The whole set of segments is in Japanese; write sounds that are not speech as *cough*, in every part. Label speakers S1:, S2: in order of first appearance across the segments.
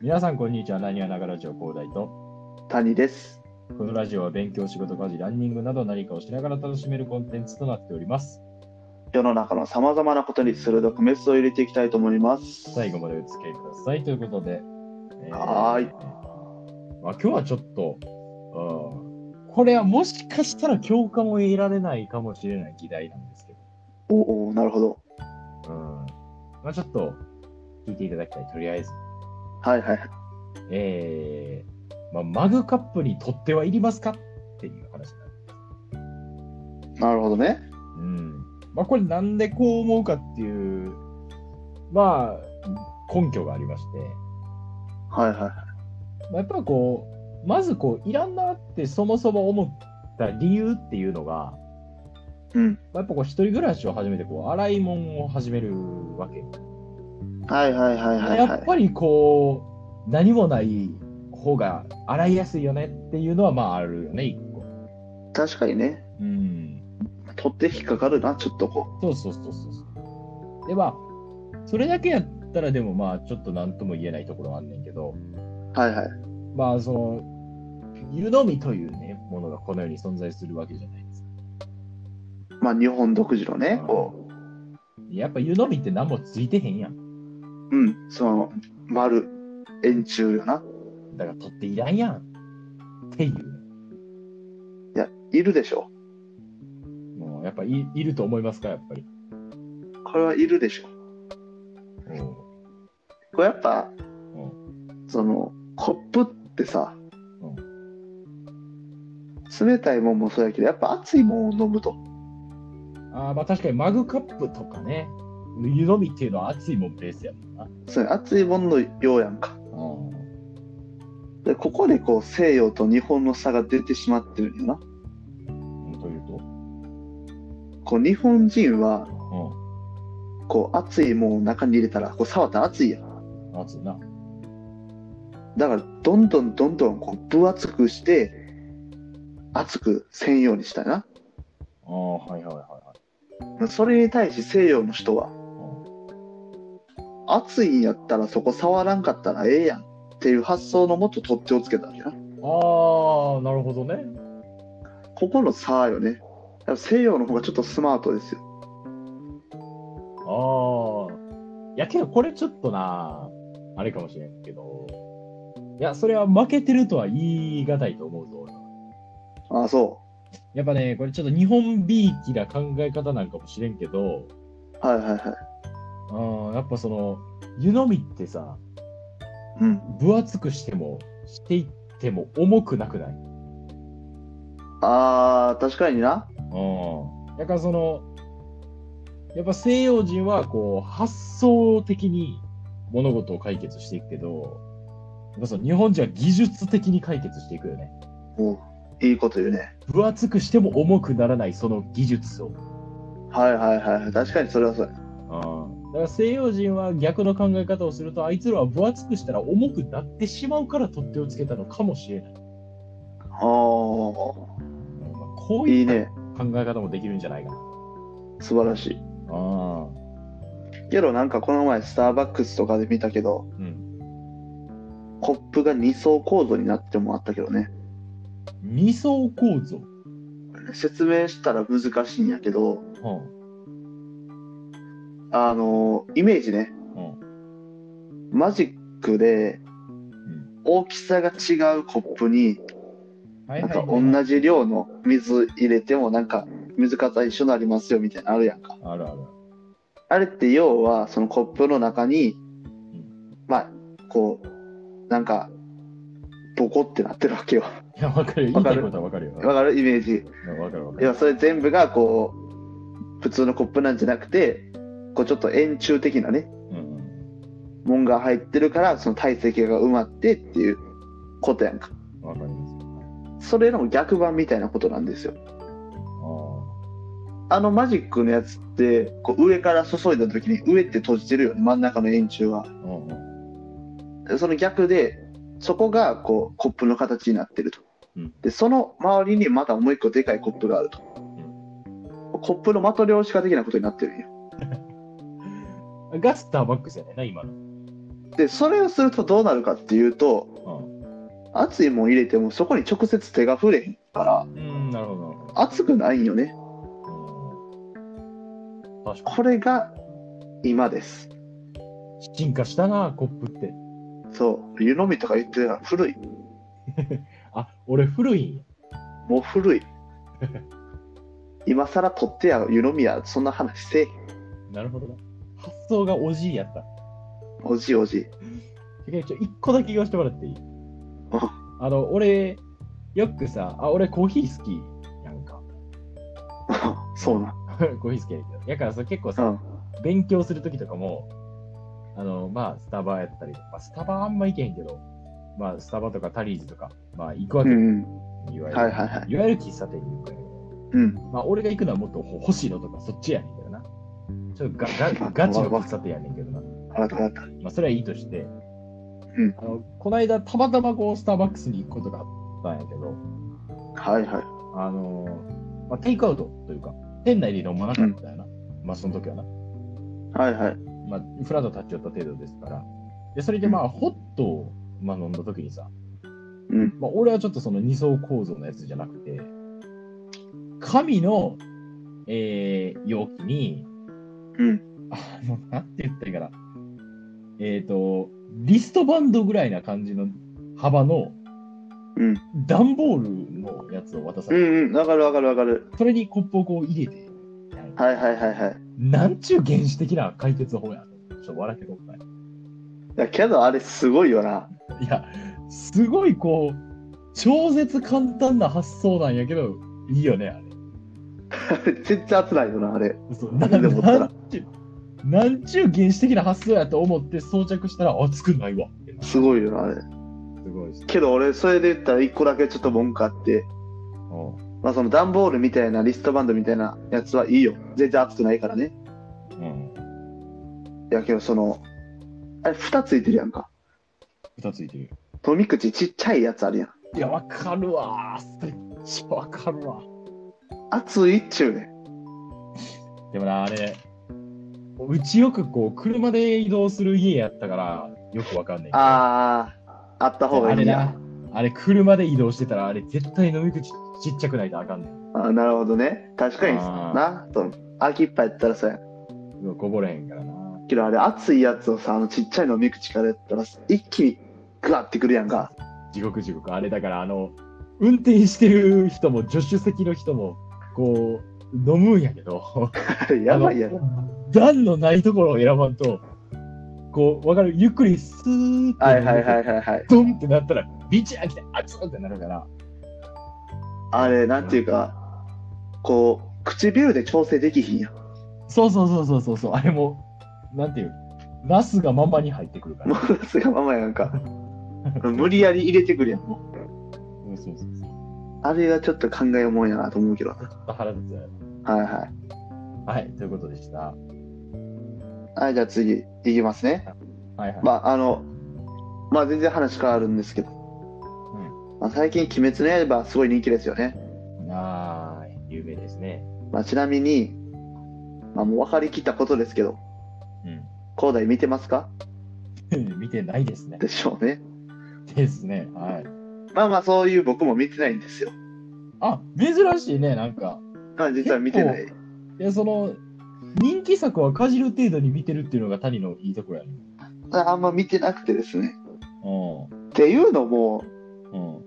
S1: 皆さん、こんにちは。なにわながラジオ広大と。
S2: 谷です。
S1: このラジオは勉強、仕事、家事、ランニングなど何かをしながら楽しめるコンテンツとなっております。
S2: 世の中のさまざまなことに鋭くメスを入れていきたいと思います。
S1: 最後までお付き合いください。ということで。えー
S2: はーい
S1: まあ、今日はちょっと、うんこれはもしかしたら共感を得られないかもしれない議題なんですけど、
S2: おお、なるほど。
S1: うんまあ、ちょっと聞いていただきたい。とりあえず。
S2: はいはい。
S1: えーまあ、マグカップに取ってはいりますかっていう話になる。
S2: なるほどね。
S1: うん。まあ、これなんでこう思うかっていう、まあ、根拠がありまして、
S2: はいはい。
S1: まあ、やっぱこう、まずこう、いらんなってそもそも思った理由っていうのが、
S2: うん。
S1: まあ、やっぱこう、一人暮らしを始めて、こう、洗い物を始めるわけ。
S2: はいはいはいはい、
S1: や
S2: は
S1: っ
S2: い。
S1: ぱりこう、何もない方が洗いやすいよねっていうのは、まあ、あるよね、一個。
S2: 確かにね。
S1: うん。
S2: 取って引っかかるな、ちょっとこ
S1: そうそうそうそうそう。では、それだけやったらでもまあちょっと何とも言えないところはあんねんけど、
S2: う。はいはい。
S1: まあその、湯飲みというね、ものがこの世に存在するわけじゃないですか。
S2: まあ、日本独自のね、こ
S1: やっぱ湯飲みって何もついてへんやん。
S2: う。うん。その、丸、円柱よな。
S1: だから取っていらんやん。っていう。
S2: いや、いるでしょ。
S1: もうやっぱいいると思いますか、やっぱり。
S2: これはいるでしょ。
S1: う
S2: これやっぱ、
S1: ん。
S2: その、コップってさ、
S1: う
S2: 冷たいもんもそうやけど、やっぱ熱いもんを飲むと。
S1: あーまあ確かにマグカップとかね、湯飲みっていうのは熱いもんベースやもんな。
S2: そうや熱いもんのようやんか。
S1: う。
S2: でここでこう西洋と日本の差が出てしまってるんよなん
S1: というと。
S2: こう日本人は
S1: うん。
S2: こう熱いもんを中に入れたらこう触ったら熱いやん
S1: 熱いな。
S2: だからどんどんどんどんこう分厚くして熱くせんようにしたいな
S1: ああ、はいはいはいはい。
S2: それに対し西洋の人は熱いんやったらそこ触らんかったらええやんっていう発想のもと取ってをつけたんだよ
S1: あ
S2: な
S1: あ、なるほどね。
S2: ここの差よねだから西洋の方がちょっとスマートですよ
S1: ああ。いやけど、これちょっとな、あれかもしれんけど、いや、それは負けてるとは言い難いと思うぞ。俺は
S2: ああそ
S1: やっぱね、これちょっと日本びいきな考え方なんかもしれんけど、
S2: うはいはいはい
S1: うん、やっぱその、湯飲みってさ、
S2: うん
S1: 分厚くしても、していっても重くなくない
S2: ああ確かにな
S1: うん。だからその、やっぱ西洋人はこう発想的に物事を解決していくけど、やっぱその日本人は技術的に解決していくよね。
S2: おいいこと言うね
S1: 分厚くしても重くならないその技術を。
S2: はいはいはい確かにそれはそうや
S1: うん、だから西洋人は逆の考え方をすると、あいつらは分厚くしたら重くなってしまうから取っ手をつけたのかもしれない。うんまあ
S2: あ
S1: こ
S2: あ
S1: うい
S2: いいうね
S1: 考え方もできるんじゃないかな。
S2: 素晴らしい
S1: あ
S2: けどなんかこの前スターバックスとかで見たけど
S1: うん、
S2: コップが2層構造になってるもんあったけどね
S1: 二層構造。
S2: 説明したら難しいんやけど
S1: うん
S2: あのイメージね
S1: うん
S2: マジックで
S1: うん
S2: 大きさが違うコップに
S1: はい
S2: なん
S1: はい
S2: か
S1: はいはい
S2: 同じ量の水入れてもなんか水かさ一緒になりますよみたいなのあるやんか
S1: あるある。
S2: あれって要はそのコップの中にまあこうなんかボコってなってるわけよ
S1: いや、わかるよ。言
S2: わ
S1: い
S2: か
S1: たい
S2: る
S1: ことはわかるよ。
S2: わかるイメージ。
S1: うんわかるわか
S2: 要は
S1: る。
S2: それ全部がこう、普通のコップなんじゃなくて、こうちょっと円柱的なね、
S1: うんうん
S2: もんが入ってるから、その体積が埋まってっていうことやんか。
S1: わかります。
S2: それの逆版みたいなことなんですよ。あのマジックのやつって、こう上から注いだ時に上って閉じてるよね、真ん中の円柱は
S1: あ。あ。うんうん。
S2: その逆で、そこがこうコップの形になってると
S1: うん。
S2: で、その周りにまたもう一個でかいコップがあると。コップの的量子化的なことになってるんよ。
S1: ガスターバックスやねんな、今の。
S2: でそれをするとどうなるかっていうと
S1: う
S2: 熱いもん入れてもそこに直接手が触れへんから
S1: ん。うん、なるほど、なるほ
S2: 熱くないんよね
S1: ど。うん確か
S2: これが今です
S1: に。進化したな、コップって。
S2: そう湯飲みとか言ってたら古い
S1: あ、俺古いんや。
S2: もう古い今更取ってや湯飲みやそんな話せえへん
S1: なるほどな。発想がおじいやった。
S2: おじいおじい *laughs*
S1: ちょ、一個だけ言わせてもらっていい
S2: あ
S1: あの、俺、よくさ、あ、俺コーヒー好きやんか。 *laughs*
S2: そうな
S1: コーヒー好きやねんけど。やからさ、結構
S2: う
S1: さ、
S2: ん
S1: 勉強するときとかも、あの、まあ、スタバやったり、まあ、スタバあんま行けへんけど、まあ、スタバとかタリーズとか、まあ、行くわ
S2: う
S1: け、よいわ
S2: んう
S1: ゆ
S2: ん
S1: る、
S2: はいはいはい
S1: いわゆる喫茶店に行くわけよ
S2: うん
S1: まあ、俺が行くのはもっとほ星野とかそっちやねんけどな。ちょっとガ
S2: *laughs*
S1: ガガチの喫茶店やねんけどな。
S2: 分かった分かっ
S1: まあ、それはいいとして、
S2: ん
S1: あのこの間、たまたまこう、スターバックスに行くことがあったんやけど、
S2: たはいはい
S1: あのーまあ、テイクアウトというか、店内で飲まなかったよな。まあ、その時はな。
S2: はいはい
S1: まあ、フラット立ち寄った程度ですから。で、それでまあ、ホットを、まあ、飲んだ時にさ、
S2: うん
S1: まあ、俺はちょっとその二層構造のやつじゃなくて、紙の、えー容器に、
S2: うん
S1: あの、なんて言ったらいいかな。えっ、と、リストバンドぐらいな感じの幅の
S2: うん
S1: 段ボールのやつを渡さ
S2: う
S1: れて、
S2: んうん分かる分かる分かる
S1: それにコップをこう入れて、はい
S2: はいはいはいはい
S1: なんちゅう原始的な解決法やと。ちょっと笑ってこない。
S2: いやけどあれすごいよな。 *laughs*
S1: いや、すごいこう、超絶簡単な発想なんやけど、いいよね、あれ。
S2: あれ全然熱ないよな、あれ。
S1: そうな
S2: なん
S1: か
S2: んで思った
S1: な
S2: ら
S1: んちゅう、なんちゅう原始的な発想やと思って装着したら、あ、作んないわってな。
S2: すごいよな、あれ。
S1: すごいです。
S2: けど俺、それで言ったら一個だけちょっと文句あって、
S1: うん
S2: まあその段ボールみたいなリストバンドみたいなやつはいいよ。全然熱くないからね。
S1: うん。
S2: いやけどその、あれ蓋ついてるやんか。
S1: 蓋ついてる。
S2: 飲み口ちっちゃいやつあるやん。
S1: いや、わかるわー。めっちゃわかるわ。
S2: 熱いっちゅうねん。
S1: でもな、あれ、うちよくこう、車で移動する家やったから、よくわかんない。
S2: あー、あった方が
S1: あ
S2: いい
S1: れ
S2: んや
S1: な。。あれ、車で移動してたら、あれ、絶対飲み口ちっちゃくないとあかんねん。
S2: あなるほどね。確かに
S1: あー
S2: な。その秋っぱやったらさ、
S1: こぼれへんからな。
S2: けどあれ熱いやつをさ、あのちっちゃい飲み口からやったらさ一気にグワってくるやんか。
S1: 地獄地獄。あれ、だから、あの、運転してる人も、助手席の人も、こう、飲むんやけど、
S2: あれ *laughs* *laughs* やばいや
S1: あ
S2: ん。
S1: の段のないところを選ばんと、こう、わかるゆっくりスーって、
S2: はいはいはいはいはい。
S1: ドンってなったら、ビチャー来て、熱っってなるから、
S2: あれ、なんていうか、こう、唇で調整できひんやん。 *laughs*
S1: そうそうそうそうそうそう、あれも、なんていう、ナスがままに入ってくるから。
S2: もう、すがままやんか。無理やり入れてくるやん。もう
S1: うんそうそうそう。
S2: あれがちょっと考えもんやなと思うけどな。
S1: ちょっと腹立つやろ。
S2: はいはい。
S1: はい、ということでした。はい
S2: はい、じゃあ次、いきますね。
S1: はい。
S2: まあ、あの、まあ全然話変わるんですけど。まあ、最近、鬼滅の刃すごい人気ですよね。
S1: あー、有名ですね。
S2: まあ、ちなみに、まあもう分かりきったことですけど、高台見てますか
S1: うん。 *laughs* 見てないですね。
S2: でしょうね。
S1: ですね。はい。
S2: まあまあ、そういう僕も見てないんですよ。
S1: あ、珍しいね、なんか。
S2: まあ実は見てない。
S1: いや、その、人気作はかじる程度に見てるっていうのが谷のいいところやね。
S2: あんま見てなくてですね。
S1: う
S2: っていうのも、
S1: ん。うん。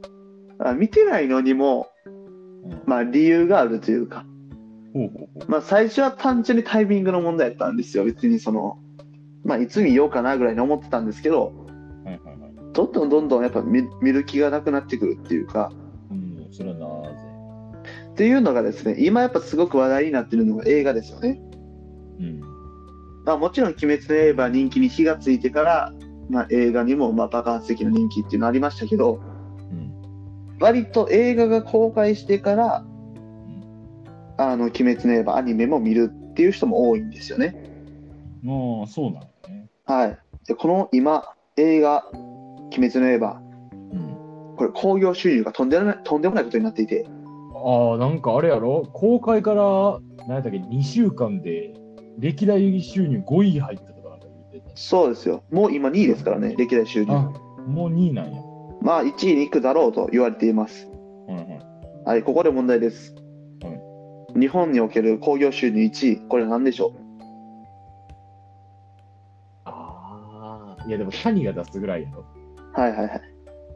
S2: あ見てないのにも、
S1: うん。
S2: まあ、理由があるというか、
S1: ほうほうほ
S2: まあ、最初は単純にタイミングの問題だったんですよ別にその、まあ、いつ見ようかなぐらいに思ってたんですけど
S1: う。はいはいはい。
S2: どんどんどんどんやっぱ見見る気がなくなってくるっていうか
S1: うん、それはなぜ。
S2: っていうのがですね今やっぱすごく話題になってるのが映画ですよね、
S1: うん。
S2: まあ、もちろん「鬼滅の刃」人気に火がついてから、まあ、映画にもまあ爆発的な人気っていうのありましたけど
S1: うん。
S2: 割と映画が公開してから
S1: うん
S2: 「あの鬼滅の刃」アニメも見るっていう人も多いんですよね
S1: ああ、そうなんだね。
S2: はい。で、この今、映画、鬼滅の刃、
S1: うん。
S2: これ、興行収入がとんでもないとんでもないことになっていて、
S1: ああ、なんかあれやろ公開から、何やったっけ、2週間で、歴代収入5位入ったとかなんか言って出たし。
S2: そうですよ。もう今2位ですからね、歴代収入。
S1: あ、もう2位なんや。
S2: まあ、1位に行くだろうと言われています。
S1: うんうん。
S2: はい、ここで問題です。日本における興行収入1位、これ何でしょ
S1: ああ。いや、でも谷が出すぐらいやろ。
S2: うはいはいはい。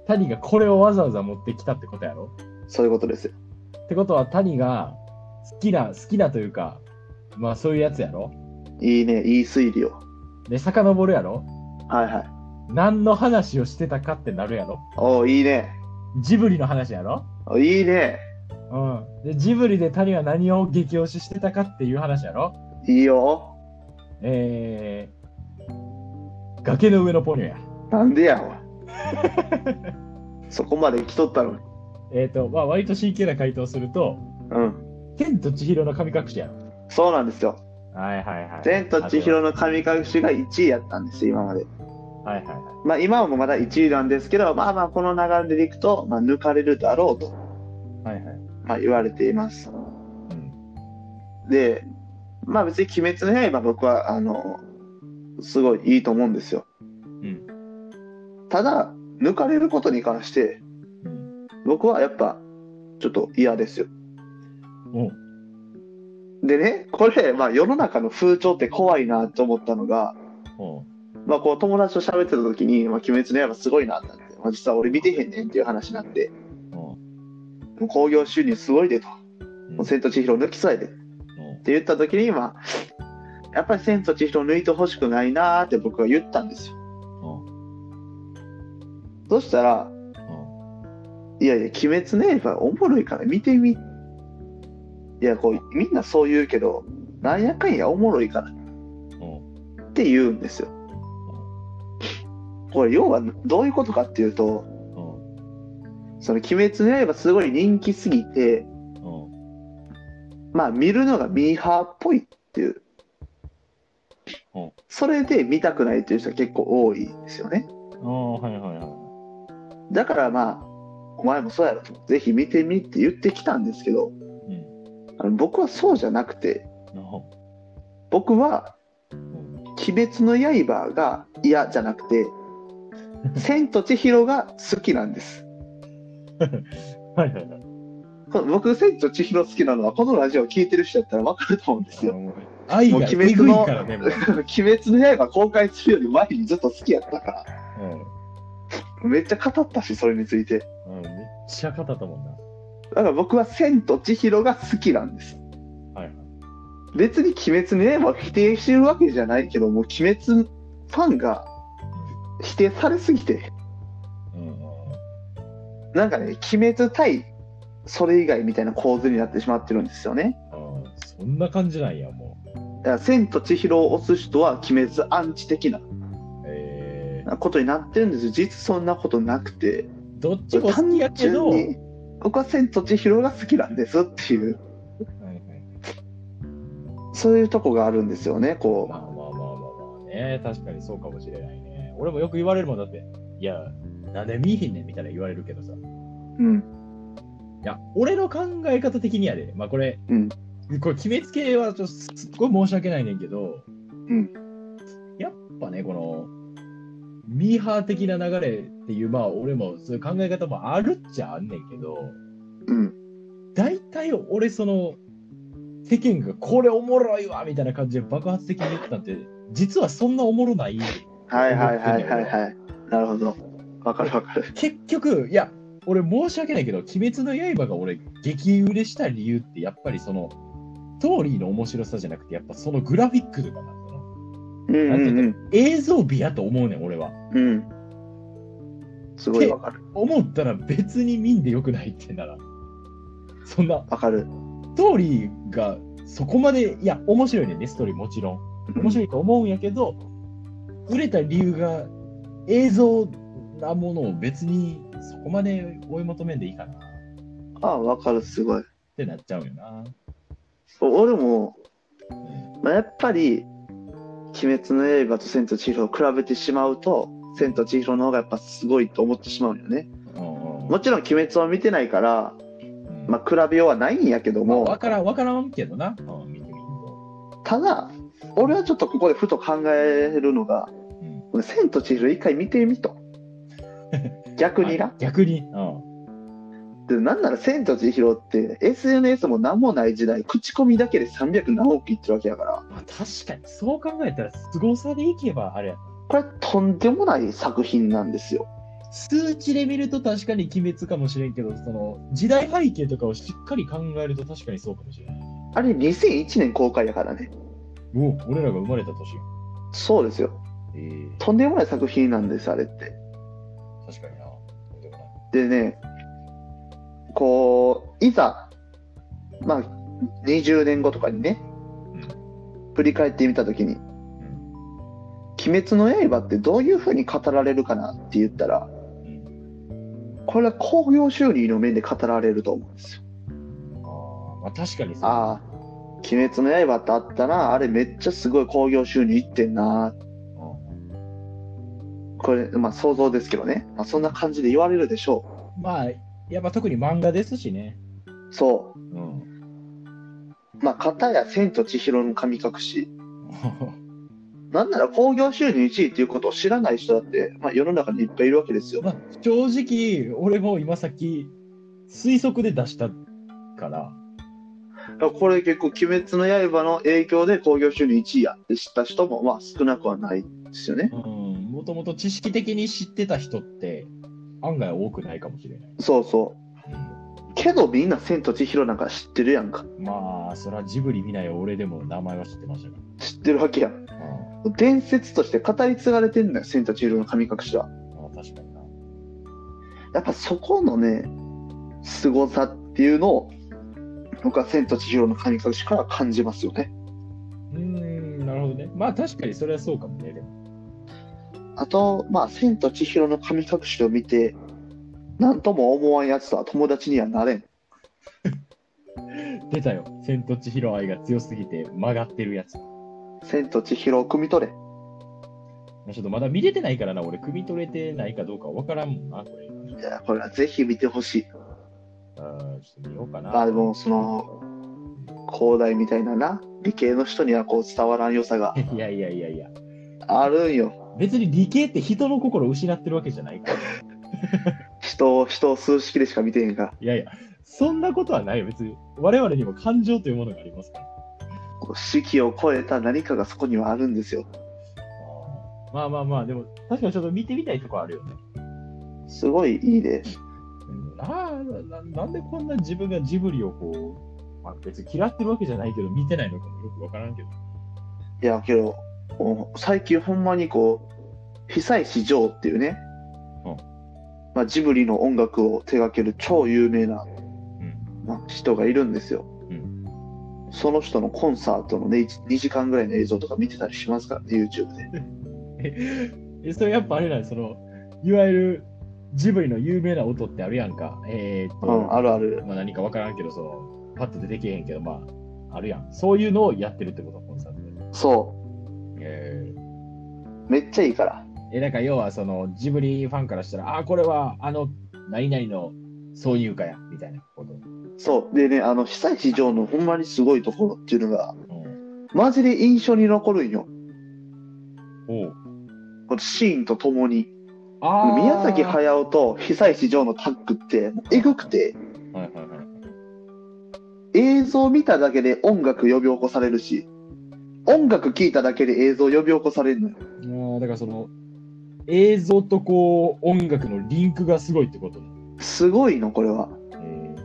S1: 谷がこれをわざわざ持ってきたってことやろ
S2: そういうことですよ。
S1: ってことは谷が好きな、好きなというか、まあそういうやつやろ
S2: いいね、いい推理を。
S1: で、遡るやろ
S2: はいはい。
S1: 何の話をしてたかってなるやろ
S2: おお、いいね。
S1: ジブリの話やろ
S2: おいいね。
S1: うん。で、ジブリで谷は何を激推ししてたかっていう話やろ
S2: いいよ。
S1: えー、崖の上のポニョや。
S2: なんでやわ。 *laughs* そこまで来とったのに。
S1: えっ、と、まあ割と真剣な回答すると、
S2: うん。
S1: 天と千尋の神隠しやろ。
S2: そうなんですよ。
S1: はいはいはい。
S2: 千と千尋の神隠しが1位やったんですよ、今まで。
S1: はいはいはい。
S2: まあ、今はもうまだ1位なんですけど、まあまあ、この流れでいくと、まあ、抜かれるだろうと、
S1: はいはい。
S2: まあ、言われています。
S1: うん。
S2: で、まあ別に鬼滅の刃僕は、あの、すごいいいと思うんですよ。
S1: うん。
S2: ただ、抜かれることに関して、
S1: うん。
S2: 僕はやっぱ、ちょっと嫌ですよ。
S1: おう
S2: でね、これ、まあ世の中の風潮って怖いなと思ったのが、
S1: おう
S2: まあこう友達と喋ってた時に、まあ鬼滅の刃すごいなってなって、まあ実は俺見てへんねんっていう話になって、
S1: おう
S2: もう興行収入すごいでと、
S1: うん
S2: もう千と千尋抜きそうやでって言った時に、まあ、やっぱり千と千尋抜いてほしくないなーって僕は言ったんですよ。
S1: おう
S2: そしたら、
S1: おう
S2: いやいや、鬼滅の刃おもろいから見てみ。いや、こう、みんなそう言うけど、なんやかんやおもろいから
S1: おう
S2: って言うんですよ。これ、要はどういうことかっていうと、
S1: おう
S2: その鬼滅の刃すごい人気すぎて、
S1: おう
S2: まあ見るのがミーハーっぽいっていう
S1: うん。
S2: それで見たくないという人が結構多いですよね。
S1: おうはいはいはい。
S2: だからまあ、お前もそうやろと、ぜひ見てみって言ってきたんですけど、
S1: うん。
S2: あの僕はそうじゃなくて、
S1: お
S2: 僕は
S1: うん
S2: 鬼滅の刃が嫌じゃな
S1: *laughs*
S2: くて「千と千尋」が好きなんです
S1: はいはいはい。
S2: この僕「千と千尋」好きなのはこのラジオ聞いてる人やったら分かると思うんですよ *laughs*
S1: 愛がえぐいからね、
S2: 「
S1: もう
S2: 鬼。滅の刃」公開するより前にずっと好きやったからめっちゃ語ったしそれについて
S1: うん。うんめっちゃ語ったもんな。
S2: だから僕は「千と千尋」が好きなんです
S1: はいはい。
S2: 別に「鬼滅の刃」を否定してるわけじゃないけどもう鬼滅ファンが否定されすぎて
S1: うんうんうん。
S2: なんかね「鬼滅対それ以外」みたいな構図になってしまってるんですよね
S1: ああ、そんな感じなんや、も
S2: だから千と千尋を推す人は鬼滅アンチ的な
S1: う。えー、
S2: ことになってるんですよ実そんなことなくて
S1: どっちも好きやけど、はい
S2: に僕は千と千尋が好きなんですっていう
S1: はい、
S2: そういうとこがあるんですよね
S1: ま
S2: こ、
S1: あまあまあまあまあね、確かにそうかもしれないね。俺もよく言われるもんだって、いや、なんで見えへんねんみたいな言われるけどさ。いう
S2: うん、
S1: や、俺の考え方的にやで、まあこれ、
S2: うん
S1: これ、決めつけはちょっとすっごい申し訳ないねんけど、
S2: うん
S1: やっぱね、この、ミーハー的な流れっていう、まあ俺もそういう考え方もあるっちゃあんねんけど、
S2: うん、
S1: 大体俺その世間がこれおもろいわみたいな感じで爆発的に言ってたんて実はそんなおもろない
S2: はいはいはいはいはいなるほどわかるわかる
S1: 結局いや俺申し訳ないけど「鬼滅の刃」が俺激売れした理由ってやっぱりそのストーリーの面白さじゃなくてやっぱそのグラフィックとかなその
S2: うんうんうん
S1: 映像美やと思うねん俺は
S2: うんすごいわかる
S1: 思ったら別に見んでよくないってならそんな
S2: わかる
S1: ストーリーがそこまでいや面白いねんねストーリーもちろん面白いと思うんやけど、売れた理由が映像なものを別にそこまで追い求めんでいいかなっ
S2: ああわかるすごい
S1: てなっちゃうよな。
S2: お俺も
S1: うん
S2: まあ、やっぱり「鬼滅の刃」と「千と千尋」を比べてしまうと「千と千尋」の方がやっぱすごいと思ってしまうんよね
S1: うん
S2: もちろん「鬼滅」は見てないから、
S1: うん
S2: まあ、比べようはないんやけど
S1: まあ
S2: も
S1: わからん、わからんけどな。うん見てみると
S2: ただ俺はちょっとここでふと考えるのが
S1: うん、
S2: これ千と千尋一回見てみと。逆にな
S1: あ。逆に。うん。
S2: で、なんなら千と千尋って SNS も何もない時代、口コミだけで300何億いってるわけやから、
S1: まあ、確かに、そう考えたら、凄さでいけば、あれや。
S2: これとんでもない作品なんですよ。
S1: 数値で見ると確かに鬼滅かもしれんけど、その時代背景とかをしっかり考えると確かにそうかもしれない。
S2: あれ2001年公開やからね。
S1: もう俺らが生まれた年や。
S2: そうですよ。
S1: ええ
S2: とんでもない作品なんです、あれって。
S1: 確かにな。とんでもない
S2: でね、こう、いざ、まあ、20年後とかにね、振り返ってみたときに、鬼滅の刃ってどういうふうに語られるかなって言ったら、これは興行収入の面で語られると思うんですよ。
S1: ああ、まあ確かにそう。
S2: ああ、鬼滅の刃ってあったな、あれめっちゃすごい興行収入いってんな。これ、まあ想像ですけどね、まあ、そんな感じで言われるでしょ
S1: まあ、やっぱ特に漫画ですしね。
S2: う。そう。
S1: うん。
S2: まあ、片や千と千尋の神隠し、なんなら興行収入1位っていうことを知らない人だって、まあ、世の中にいっぱいいるわけですよ。
S1: *laughs* まあ、正直、俺も今さっき推測で出したから、
S2: だからこれ結構、鬼滅の刃の影響で興行収入1位やって知った人も、まあ、少なくはないですよね。
S1: もともと知識的に知ってた人って案外多くないかもしれない。
S2: そうそう。けど、みんな千と千尋なんか知ってるやんか。
S1: まあ、そらジブリ見ない俺でも名前は知ってましたか
S2: 知ってるわけやん。
S1: ら。うん
S2: 伝説として語り継がれてんだよ、千と千尋の神隠しは。
S1: ああ確かにな。
S2: やっぱそこのね、凄さっていうのを、僕は千と千尋の神隠しから感じますよね。
S1: うーん、なるほどね。まあ確かにそれはそうかもね。でも
S2: あと、まあ、千と千尋の神隠しを見て、なんとも思わんやつとは友達にはなれん。
S1: 出たよ。千と千尋愛が強すぎて曲がってるやつ。ま
S2: 千と千尋を汲み取れ。
S1: あちょっとまだ見れてないからな、俺、汲み取れてないかどうかわからんもんな、これ。
S2: いや、これはぜひ見てほしい。
S1: あーちょっと見ようかな。
S2: まあ、でも、その、広大みたいなな、理系の人にはこう伝わらん良さが
S1: *laughs* いやいやいやいや。
S2: あるんよ。
S1: 別に理系って人の心を失ってるわけじゃないから。
S2: 人を、人を数式でしか見てへんから。
S1: いやいや、そんなことはないよ、別に。我々にも感情というものがありますから。
S2: こう式を超えた何かがそこにはあるんですよ。
S1: まあまあまあ、でも、確かにちょっと見てみたいとこあるよね。
S2: すごいいいで。
S1: なあな、なんでこんな自分がジブリをこう、まあ、別に嫌ってるわけじゃないけど、見てないのかもよくわからんけど。
S2: いや、けど、もう最近ほんまにこう、久石譲っていうね、
S1: うん
S2: まあ、ジブリの音楽を手掛ける超有名な、
S1: ん
S2: まあ、人がいるんですよ。
S1: う
S2: その人のコンサートのね、1 2時間ぐらいの映像とか見てたりしますからね、YouTube で。
S1: え、 *laughs* それやっぱあれなんその、いわゆるジブリの有名な音ってあるやんか。えーっと、
S2: うん、あるある。
S1: まあ、何かわからんけど、その、パッと出てけへんけど、まあ、あるやん。そういうのをやってるってこと、コンサートで。
S2: そ
S1: えー
S2: う。めっちゃいいから。
S1: え、なんか要はそのジブリファンからしたら、あー、これはあの、何々の挿入歌や、みたいなこと。
S2: そう。でね、あの、久石譲のほんまにすごいところっていうのが、
S1: うん、
S2: マジで印象に残るんよ。
S1: おう
S2: このシーンとともに。
S1: あー
S2: 宮崎駿と久石譲のタッグって、えぐくて、
S1: はいはいはい。
S2: 映像見ただけで音楽呼び起こされるし、音楽聴いただけで映像呼び起こされるのよ。
S1: あーだからその、映像とこう、音楽のリンクがすごいってことね。
S2: すごいの、これは。
S1: えー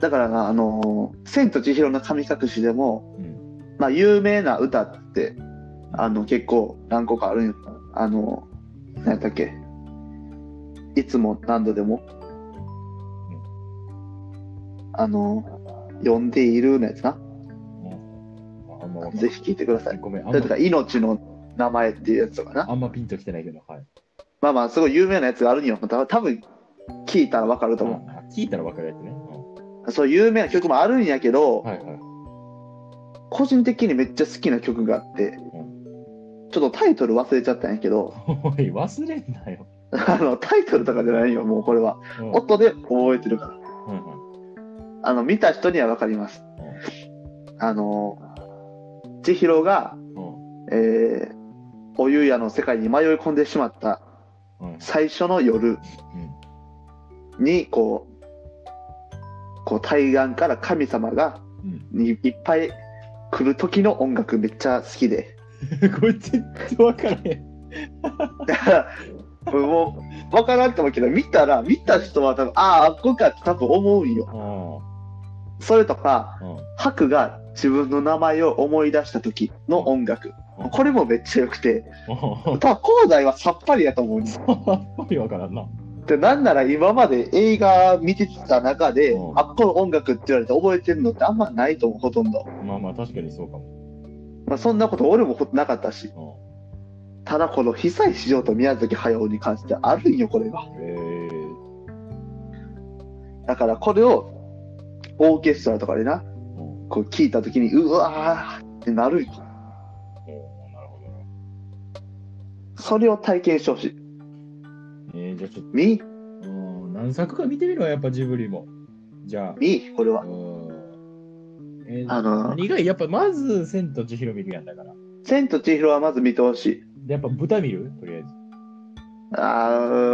S2: だからな、あのー千と千尋の神隠しでも、
S1: うん、
S2: まあ、有名な歌って、あの、結構何個かあるんよ。あのー、何やったっけ。いつも何度でも、あのー、呼んでいるのやつな。
S1: あんまわかん
S2: ぜひ聴いてください。
S1: ごめん、あん
S2: だか
S1: ま
S2: ら、命の名前っていうやつとかな。
S1: あんまピンときてないけど、はい。
S2: まあまあ、すごい有名なやつがあるには、た多分聞いたらわかると思
S1: あ聞いたらわかるやつね。
S2: う。そう、有名な曲もあるんやけど、
S1: うん、はいはい。 *laughs*
S2: 個人的にめっちゃ好きな曲があって、
S1: う
S2: ちょっとタイトル忘れちゃったんやけど、
S1: おい、忘れんなよ。
S2: あの、タイトルとかじゃないよ、もうこれは。
S1: うん
S2: 音で覚えてるから。
S1: はいはい
S2: あの、見た人にはわかります。あの、千尋が、
S1: うん
S2: えー、お湯屋の世界に迷い込んでしまった
S1: うん *laughs*
S2: 最初の夜にこうこう対岸から神様が
S1: うん
S2: にいっぱい来る時の音楽めっちゃ好きで
S1: これ全然分からへん。
S2: *laughs* もう分からんと思うけど見たら見た人は多分あああっこかって多分思うんよ
S1: あ
S2: それとか
S1: あうん
S2: 白が自分の名前を思い出した時の音楽
S1: うん
S2: これもめっちゃ良くて
S1: うん
S2: 多分広大はさっぱりやと思うんです
S1: あん *laughs* まり分からんな。
S2: でなんなら今まで映画見てきた中で、
S1: うん
S2: あっこの音楽って言われて覚えてるのってあんまないと思うほとんど、
S1: まあまあ確かにそうかも。
S2: まあ、そんなこと俺もほなかったしただこの久石譲と宮崎駿に関してあるんよこれが
S1: うんえー
S2: だからこれをオーケストラとかでな
S1: うん
S2: こう聞いた時にうわーってなるん
S1: お
S2: よ
S1: ーなるほどね
S2: それを体験してほしい
S1: えーじゃあちょっと
S2: み
S1: うん何作か見てみるわ、やっぱジブリも。じゃ
S2: みこれ
S1: あ。
S2: は
S1: うんえー
S2: あの
S1: 何がいいやっぱまず千と千尋見るやんだから。
S2: 「千と千尋」はまず見てほしい
S1: でやっぱ豚見るとりあえず。
S2: あ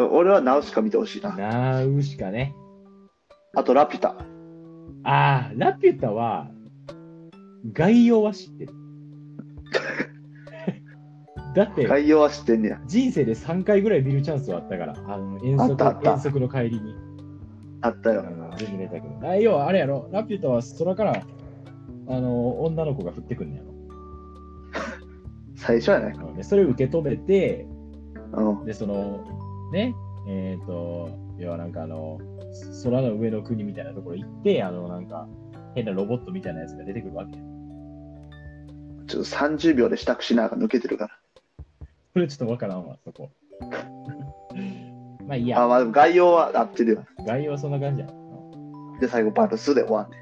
S2: ー俺はナウシカ見てほしいな
S1: なうしかね。
S2: あと「ラピュタ
S1: ああ、ラピュタは概要は知ってる。 *laughs* だっ」て
S2: 概要は知ってんねや
S1: 人生で3回ぐらい見るチャンスはあったから、あの遠
S2: あったあっ
S1: 足
S2: た
S1: 遠足の帰りに。
S2: あったよ
S1: 全部寝たけど。あ要はあれやろ、ラピュタは空からあの女の子が降ってくんのやろ
S2: 最初やないか。
S1: あのねそれを受け止めて、
S2: うん
S1: で、その、ね、えっ、と、要はなんかあの、空の上の国みたいなところ行って、あの、なんか、変なロボットみたいなやつが出てくるわけ。
S2: ちょっと30秒で支度しながら抜けてるか
S1: それちょっとわからんわ、そこ。 *laughs* まあいい
S2: ら。あ、
S1: や、
S2: まあでも概要は合ってるよ。
S1: 概要はそんな感じや。
S2: で、最後バルスで終わんね。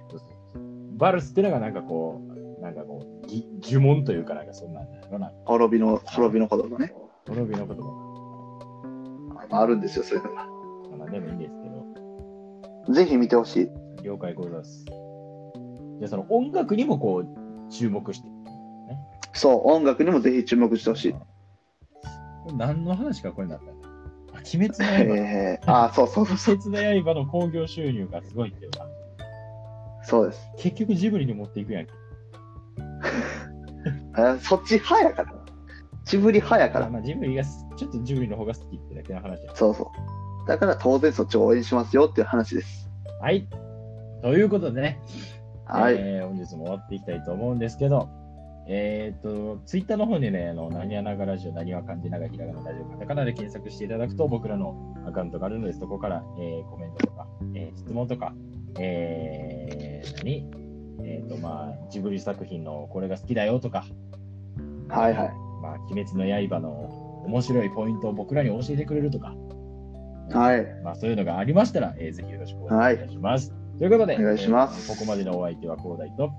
S1: バルスってのがなんかこう、なんかこう、ぎ呪文というかなんかそんなんだろうな。
S2: 滅びの、滅びのこともね。
S1: 滅びの言葉
S2: まあ、あるんですよ、そういうのが。
S1: まあでもいいんですけど、
S2: ぜひ見てほしい。
S1: 了解ございます。じゃあその音楽にもこう、注目して。
S2: そう、音楽にもぜひ注目してほしい。
S1: 何の話かこれになったんだあ鬼滅の刃。
S2: えー、あ、そうそうそうそう。
S1: 鬼滅の刃の興行収入がすごいっていうか、
S2: そうです。
S1: 結局ジブリに持っていくやんけ。
S2: あそっち派やから。ジブリ派やか
S1: まあ
S2: ら。
S1: まあジブリがす、ちょっとジブリの方が好きってだけの話や。
S2: そうそう。だから当然そっちを応援しますよっていう話です。
S1: はい。ということでね、
S2: はい。
S1: えー本日も終わっていきたいと思うんですけど、えっ、と、ツイッターの方にね、あの、何やながラジオ、何は漢字ながひらがなラジオ、カタカナで検索していただくと、僕らのアカウントがあるので、そこから、えーコメントとか、えー質問とか、えー何えっ、と、まあ、ジブリ作品のこれが好きだよとか、
S2: はいはい。
S1: まあ、鬼滅の刃の面白いポイントを僕らに教えてくれるとか、
S2: はい。
S1: まあ、そういうのがありましたら、えーぜひよろしくお願いいたします。ということで、
S2: お願いします
S1: えーここまでのお相手は広大と、